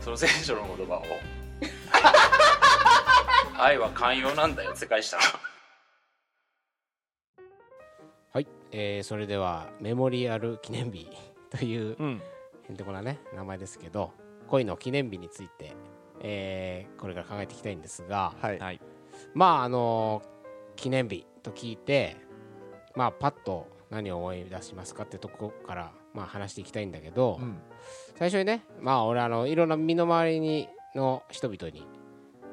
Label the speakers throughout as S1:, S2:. S1: その聖書の言葉 を愛は寛容なんだよ世界史の
S2: はい、えーそれではメモリアル記念日 という
S3: うん
S2: へんてこなね名前ですけど恋の記念日について、えーこれから考えていきたいんですが、
S3: はい
S1: はい
S2: まああの記念日と聞いてまあパッと何を思い出しますかってとこから、まあ、話していきたいんだけど、
S3: うん
S2: 最初にねまあ俺あのいろんな身の回りにの人々に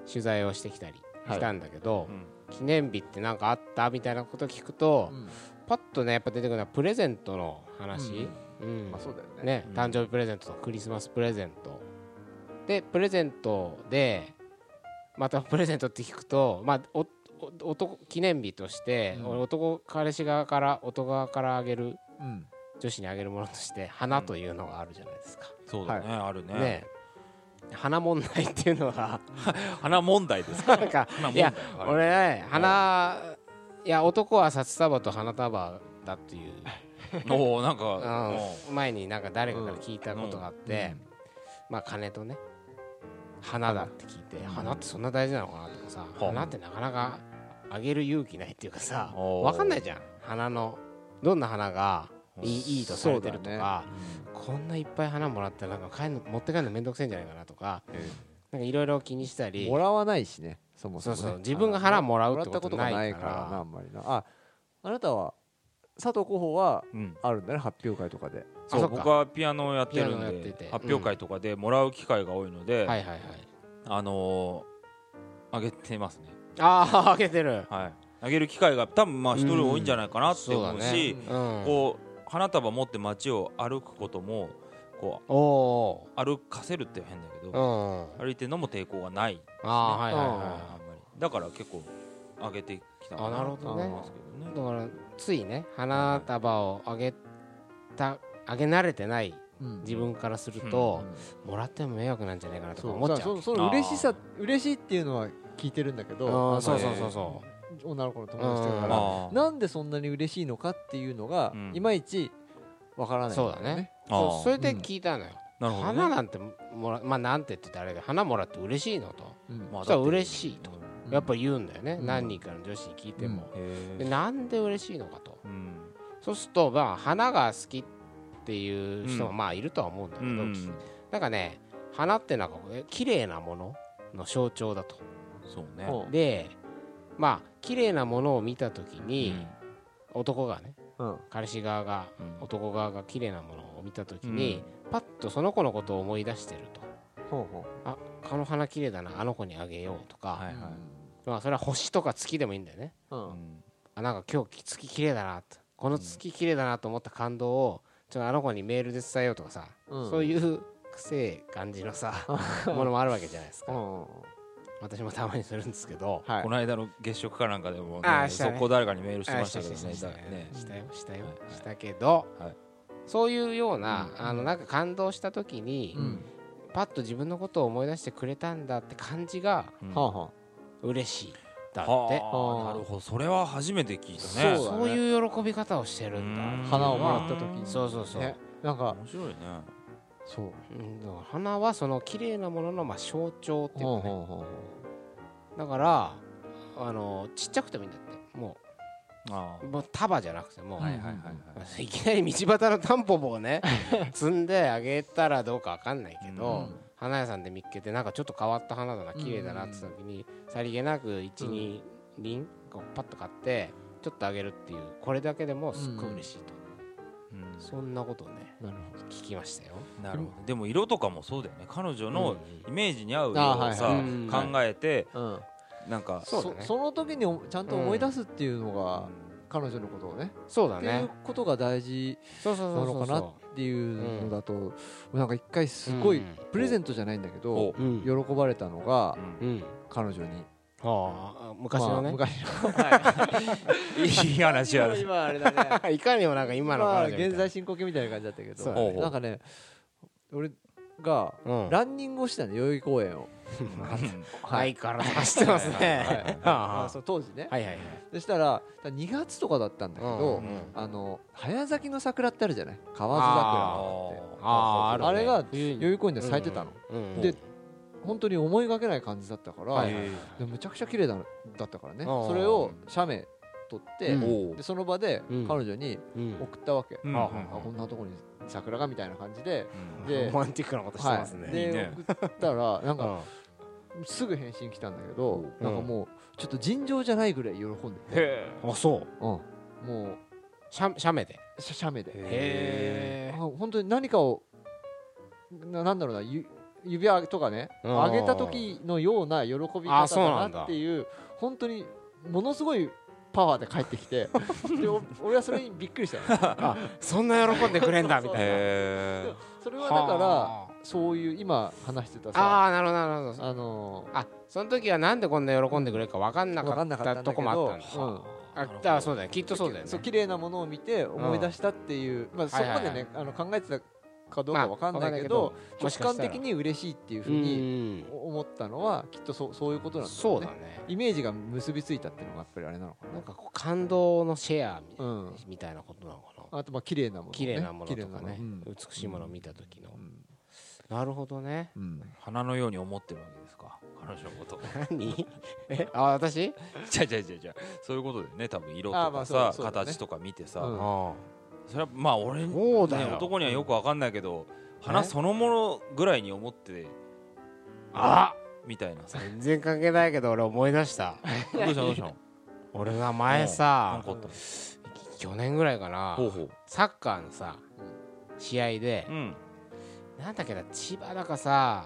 S2: 取材をしてきたりしたんだけど、記念日って何かあったみたいなこと聞くと、
S3: うん
S2: パッとねやっぱ出てくるのはプレゼントの話、うん
S3: まあそうだよね
S2: ね、
S1: うん
S2: 誕生日プレゼントとクリスマスプレゼントでプレゼントでまたプレゼントって聞くと、まあ、おお男記念日として、
S3: うん
S2: 俺男彼氏側から男側からあげる
S3: うん
S2: 女子にあげるものとして花というのがあるじゃないですか、
S1: そうだね、
S3: は
S1: あるね
S2: ねえ花問題っていうのは
S1: 花問題ですか
S2: なんか
S1: 花問題
S2: いや
S1: あれ
S2: 俺ね花いや男は札束と花束だっていう
S1: おおなんかお
S2: うん前になんか誰かから聞いたことがあって、まあ金とね花だって聞いて、花ってそんな大事なのかなとかさ、
S1: うん
S2: 花ってなかなかあげる勇気ないっていうかさ
S1: おー
S2: 分かんないじゃん花のどんな花がいいいいとされてると
S3: そう
S2: か、
S1: う
S2: こんないっぱい花もらったらなんか帰んの持って帰るのめんどくせえんじゃないかなとか、
S3: え
S2: なんかいろいろ気にしたり
S3: もらわないしねそもそ
S2: そう
S3: もね
S2: そう自分が花もらうってこと
S3: もらったことが
S2: な
S3: ないい
S2: か
S3: かららなあんまりなああなたは佐藤候補は
S1: うん
S3: あるんだね発表会とかで
S1: そう
S2: そっか
S1: 僕はピアノをやってる
S2: ピアノや
S1: ん
S2: って
S1: で
S2: て
S1: 発表会とかでもらう機会が多いので、
S2: はいはいはい
S1: あのーあげてますね
S2: あああげてる
S1: はいあげる機会が多分まあ一人多いんじゃないかなって
S2: そうだ
S1: 思うし
S2: ね、うん、
S1: こう花束持って街を歩くこともこ
S2: おお
S1: う歩かせるって変だけ
S2: う
S1: ど、
S2: ん
S1: 歩いてるのも抵抗がない、ね、
S2: ああはいはい
S1: あ
S2: は
S1: んまりだから結構上げてきた
S2: あなるほどね
S1: と思いますけど
S2: い
S1: ね
S2: だからついね花束をあげたあげ慣れてない
S3: うん
S2: 自分からする
S3: う
S2: と、
S3: ん
S2: もらっても迷惑なんじゃないかなとか
S3: そう
S2: 思っちゃ
S3: そううその嬉しさ嬉しいっていうのは聞いてるんだけどあ
S2: あ
S3: の
S2: ーそうそうそうそ
S3: 女の子の友達だ
S2: う
S3: か
S2: ん
S3: ら
S1: あー
S3: なんでそんなに嬉しいのかっていうのが
S1: うん
S3: いまいちわか
S2: う
S3: らないん
S2: そう
S3: よ
S2: だね
S1: あー
S2: そうそれで聞いたのよ、
S1: なるほどね
S2: 花なんてもらまあなんてって言ったらあれだけど花もらって嬉しいのと、
S3: うん
S1: まあ
S2: そしたら嬉しいと、
S3: うん
S2: やっぱ言うんだよね、
S3: うん
S2: 何人かの女子に聞いても、
S1: へ
S2: で
S1: え
S2: なんで嬉しいのかと
S1: うん
S2: そうするとまあ花が好きっていう人も
S1: う
S2: まあいるとは思うんだけ
S1: う
S2: ど、
S1: ん
S2: なんかね花ってなんかえ綺麗なものの象徴だと
S1: そうね
S3: ほう
S2: でまあ綺麗なものを見た時に、男がね
S3: うん
S2: 彼氏側が
S1: うん
S2: 男側が綺麗なものを見た時に、パッとその子のことを思い出してると
S3: ほうほ
S2: あこの花綺麗だなあの子にあげようとか、
S1: は
S3: う
S1: いはい
S2: まあそれは星とか月でもいいんだよね
S3: うん
S1: う
S3: うん
S1: ん
S2: あなんか今日月綺麗だなとこの月綺麗だなと思った感動をちょっとあの子にメールで伝えようとかさ、
S3: うん
S2: そういう癖え感じのさものもあるわけじゃないですか、
S3: うん
S2: 私もたまにするんですけど
S3: はい
S1: この間の月食かなんかでも
S2: あー
S1: ね
S2: したね
S1: そこ誰かにメールして
S2: あ
S1: ま
S2: し
S1: した
S2: た
S1: け
S2: し
S1: ど
S2: た
S1: ね
S2: した
S1: だ
S2: よ
S1: ね
S2: したよしたよ
S1: はい
S2: したけど
S1: はい
S2: そういうような
S3: うん
S2: あのなんか感動した時に
S3: うん
S2: パッと自分のことを思い出してくれたんだって感じが
S1: うん
S3: はあは
S2: 嬉しいだって
S1: はあなるほどそれは初めて聞いたね
S3: そうだね
S2: そういう喜び方をしてるんだ
S1: うん
S3: あ花をもらった時
S1: うん
S3: に
S2: そうそうそう
S3: ねなんか
S1: 面白いね
S3: そう
S2: うんだから花はその綺麗なもののまあ象徴っていう
S3: ほう
S2: かね
S3: ほうほうほ
S2: だからあのちっちゃくてもいいんだっても
S1: あ
S2: うもう束じゃなくても
S3: う
S2: う、
S3: はい
S1: あ
S3: はいはいはい
S2: いきなり道端のタンポポをね 摘んであげたらどうかわかんないけど、
S3: うん
S2: 花屋さんで見っけてなんかちょっと変わった花だな綺麗だなって言った時に、さりげなく12輪こうパッと買ってちょっとあげるっていうこれだけでもすっごい嬉しいと、
S1: うん
S2: そんなことをね
S3: なるほ
S2: 聞きましたよ。
S1: なるほどでも色とかもそうだよね彼女のイメージに合う
S3: あ
S1: 色
S3: はいは
S1: を
S3: い
S1: さ
S2: うん
S1: 考えて
S3: どうん
S1: なんか
S2: そうだ
S3: そ
S2: ね
S3: その時におちゃんと思い出すっていうの
S1: う
S3: が
S1: ん
S3: 彼女のことをね
S2: そう
S3: っ
S2: だ
S3: ていう
S2: ね
S3: ことが大事
S2: そうそう
S3: な
S2: そう
S3: の
S2: そう
S3: かなっていうのだとなんか一回すご
S2: う
S3: い
S2: ん
S3: プレゼントじゃないんだけど
S1: お
S2: うん
S3: 喜ばれたのが
S1: うん
S2: うん
S3: 彼女に
S2: ああ昔のね、
S3: まあ昔の
S1: いい話やる
S3: 今あれだ ね
S2: いかにもなんか今の
S3: まあ
S2: 彼女みたい
S3: 現
S2: な
S3: 在進行形みたいな感じだったけ
S2: そう
S1: だね
S3: どなんかね俺が
S2: うん
S3: ランニングをしてたの代々木公園を
S2: は、いから走ってます ね
S3: あ
S2: は
S3: そう当時ね、
S2: いはいはい
S3: そしたら2月とかだったんだけど、
S2: うんうん
S3: あの早咲きの桜ってあるじゃない川津桜って
S2: あー
S3: そうそうそう
S2: あるね
S3: れが
S2: 冬に
S3: 代々木公園で咲いてたの、
S2: うん
S3: で本当に思いがけない感じだったから、
S2: はい
S3: でむちゃくちゃ綺麗だだったからね
S2: あー
S3: それを写メ撮って、
S2: うん
S1: おう
S3: でその場で
S2: うん
S3: 彼女に
S2: うん
S3: 送ったわけ、
S1: うん
S2: あ
S3: あこんなとこに桜がみたいな感じで
S1: う
S3: で
S2: ロマンティックなことしてます
S3: はい、
S2: ね
S1: いい
S3: で
S1: ね
S3: 送っ たらなん
S2: う
S3: か
S2: ん
S3: すぐ返信来たんだけど、
S2: うん
S3: なんかもうちょっと尋常じゃないぐらい喜んでて、
S1: へ
S2: あそう
S3: うん、もう
S2: 写写メで
S3: しゃ写メで
S2: へえ
S3: あ本当に何かをななんだろうなゆ指輪とかね
S2: うん
S3: 上げた時のような喜び
S2: あ
S3: 方
S2: そうな
S3: だ
S2: んだ
S3: なっていう本当にものすごいパワーで帰ってきて でお俺はそれにびっくりしたよ
S2: そんな喜んでくれんだみたいな
S1: え
S3: それはだか
S2: は
S3: らそういう今話してた
S2: ああ
S3: さ
S2: あなるほどなるほど
S3: あの
S2: あその時はなんでこんな喜んでくれるか分かんな
S3: 分
S2: か
S3: かんな
S2: っ
S3: かった
S2: た
S3: んだ
S2: と
S3: けど
S2: こもあったんだ
S3: うん
S2: あ
S1: なるほど
S2: だそうだよきっとそうだよね
S3: そう綺麗なものを見て思い出したっていう、まあ、そこまでね、あの考えてたかどうかわかんないけど,、
S2: まあわかんないけど
S3: 直感的に嬉しいっていうふうに
S2: に
S3: 思ったのはきっとそうそういうことなんだ
S2: そ
S3: よ
S2: う
S3: ね
S2: だね
S3: イメージが結びついたっていうのがやっぱりあれなのか
S2: なんかこう感動のシェアみ
S3: な、うん、
S2: みたいなことなのかな
S3: あとまあ綺麗なもの、ね、
S2: 綺麗なものとか
S3: 綺麗な
S2: ね
S3: うん
S2: 美しいものを見た時の
S3: うん
S2: なるほどね
S3: うん
S1: 花のように思ってるわけですか彼女のこと
S2: 何 えあ私
S1: じゃあじゃあじゃあじゃあそういうことでね多分色
S3: あ
S1: と
S3: ーま
S1: か
S3: あそう
S1: さ
S3: そうだね
S1: 形とか見てさ、
S3: う
S2: あ
S3: ん
S2: あ
S1: それはまあ俺に
S2: そうだよ
S1: ね男にはよくわかんないけど花そのものぐらいに思って
S2: あ
S1: みたいなさ
S2: 全然関係ないけど俺思い出した
S1: どうしたどうしたの
S2: 俺が前
S1: なん
S2: さ
S1: かあったの
S2: 去年ぐらいかな
S1: ほうほう
S2: サッカーのさ試合で
S1: うん
S2: なんだっけな千葉だかさ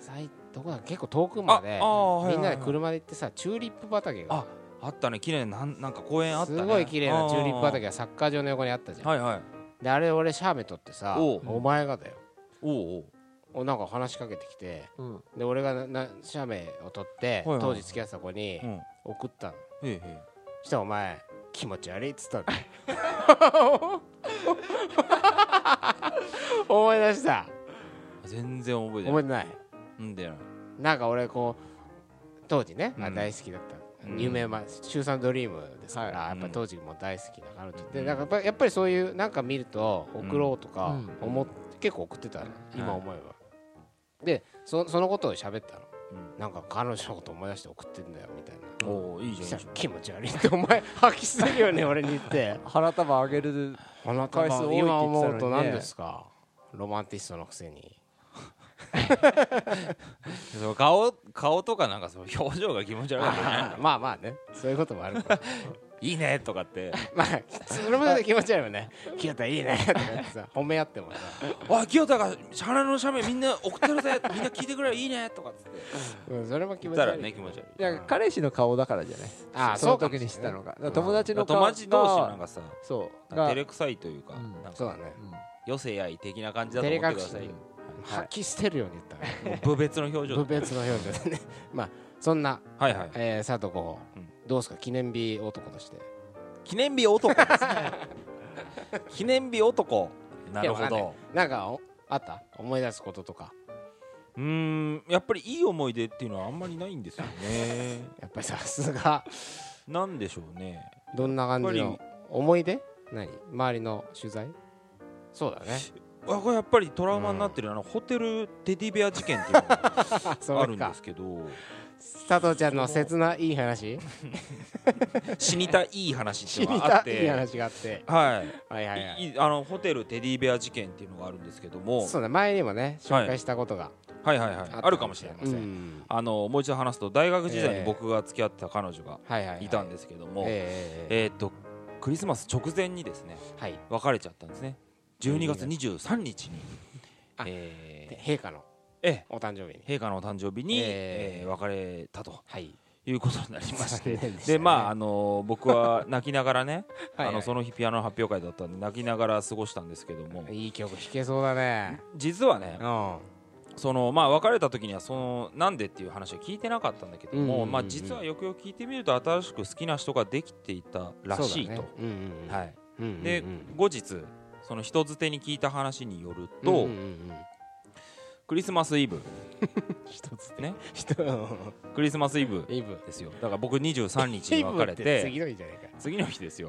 S2: 埼どこだか結構遠く
S1: あ
S2: ま
S1: あ
S2: で
S1: ーはい
S2: みんな
S1: は
S2: で
S1: いはい
S2: 車で行ってさチューリップ畑が
S1: あったね綺麗なんなんか公園あった
S2: す
S1: ね
S2: ごい綺麗なチューリップ畑
S1: あ
S2: がサッカー場の横にあったじ
S1: ー
S2: ゃん
S1: はいはい
S2: であれ俺シャーベットってさ
S1: お
S2: お
S1: う
S2: 前がだよ
S1: おう
S2: おなんか話しかけてきて
S3: うん
S2: で俺がななシャーメを取って
S1: はいはい
S2: 当時付き合ってた子に
S1: おううんへ
S2: 送ったの
S1: えへえ
S2: そしたらお前気持ち悪いっつ ったの 思い出した
S1: 全然覚えてな
S2: 覚
S1: い
S2: えてない
S1: うんでない
S2: なんか俺こう当時ね、まあ、
S1: うん
S2: 大好きだった
S1: うん
S2: 有名ま週3ドリームですから、
S3: は
S2: やっ
S1: うん
S2: ぱ当時も大好きな彼女で、
S1: うん
S2: なんかやっぱやっぱりそういうなんか見ると送ろうとか
S3: うん
S2: 思って、結構送ってたの今思えば、でそそのことを喋ったの、
S1: う
S2: なんか彼女のこと思い出して送ってんだよみたいな
S1: おういい
S2: そし
S1: じゃん
S2: たら
S1: いいじ
S2: 気持ち悪いってお前 吐きすぎるよね俺に言って
S3: 花束あげる
S2: 花
S3: 束回数多いって言ってた のにね
S2: 今思うと何ですかロマンティストのくせに
S1: ゃんその顔顔とかなんかその表情が気持ち悪いとね
S2: まあまあねそういうこともあるから
S1: いいねとかって
S2: まあ、それも気持ち悪いよね。清田いいねとか言って さ、褒め合ってもさ。
S1: あ清田が花の写メみんな送ってる ぜみんな聞いてくれいいねとかっつって
S2: うん、それも気
S1: 言
S2: 持
S1: っ
S2: ち
S1: た
S2: 悪
S1: ら
S2: い。
S1: ね気持ち悪い
S3: なんか彼氏の顔だからじゃない
S2: ああ、
S3: そ
S2: そ
S3: の
S2: うかもしれな
S3: 時に
S2: い
S3: してたのがだから友達の顔
S1: 友
S3: が
S1: 達同士なんかさ
S3: そうが
S1: 照れくさいというか
S3: うん
S1: なん
S2: そう
S1: か
S2: だね。
S1: よせやい的な感じだと思ってくださいよはい
S2: 吐き捨てるように言ったね
S1: もう部別の表情
S2: 部別の表情でね。 まあ、そんな、
S1: はいはい
S2: えー、佐藤候補
S1: うん、
S2: どうですか、記念日男として。
S1: 記念日男ですね記念日男なるほ
S2: いやわ
S1: ど
S2: なんか、おあった思い出すこととか。
S1: うーんやっぱりいい思い出っていうのはあんまりないんですよね
S2: やっぱりさすが、
S1: なんでしょうね
S2: どんな感じ
S1: やっ
S2: の思い出何周りの取材そうだね。
S1: あこれやっぱりトラウマになってるあのホテルテディベア事件っていうのが
S2: あ、
S1: あ
S2: そ
S1: る
S2: れ
S1: んで
S2: か。
S1: すけど
S2: 佐藤ちゃんの切ない い話
S1: 死にたいい話って
S2: 死
S1: いうの
S2: に
S1: があったて
S2: いい話があって。
S1: はい
S2: はいはいはい。
S1: いいあのホテルテディベア事件っていうのがあるんですけども
S2: そうだ前にもね
S1: はい
S2: 紹介したことが
S1: はいはいはい
S2: った
S1: あるかもしれません、
S2: うん
S1: あのもう一度話すと大学時代
S2: ええ
S1: に僕が付き合ってた彼女が
S2: はいはいはい
S1: いたんですけども、
S2: えええええ
S1: えーっとクリスマス直前にですね
S2: えはい
S1: 別れちゃったんですね12月
S2: 12
S1: 23日に
S2: あ
S1: え
S2: で陛下の
S1: ーえ
S2: お誕生日に
S1: え陛下のお誕生日に、
S2: ええ
S1: えー別れたと
S2: はい
S1: いうことにな りまして
S2: 残念でしたね
S1: でまああの僕は泣きながらね
S2: はいはい
S1: あのその日ピアノの発表会だったんで泣きながら過ごしたんですけども
S2: いい曲弾けそうだね
S1: 実はね
S2: うんは
S1: そのまあ別れた時にはそのなんでっていう話は聞いてなかったんだけども、
S2: うんうんうん
S1: まあ、実はよくよく聞いてみると新しく好きな人ができていたらしいと、
S2: は
S1: はい、
S2: い
S1: で、後日その人づてに聞いた話によると、
S2: うんうんうん
S1: クリスマスイブ
S2: 一つ
S1: ね
S2: 一つ
S1: クリスマスイブ
S2: イブ
S1: ですよだから僕23日に
S2: イブ
S1: 別
S2: っ
S1: れ
S2: て
S1: て
S2: 次の日じゃないか
S1: 次の日ですよ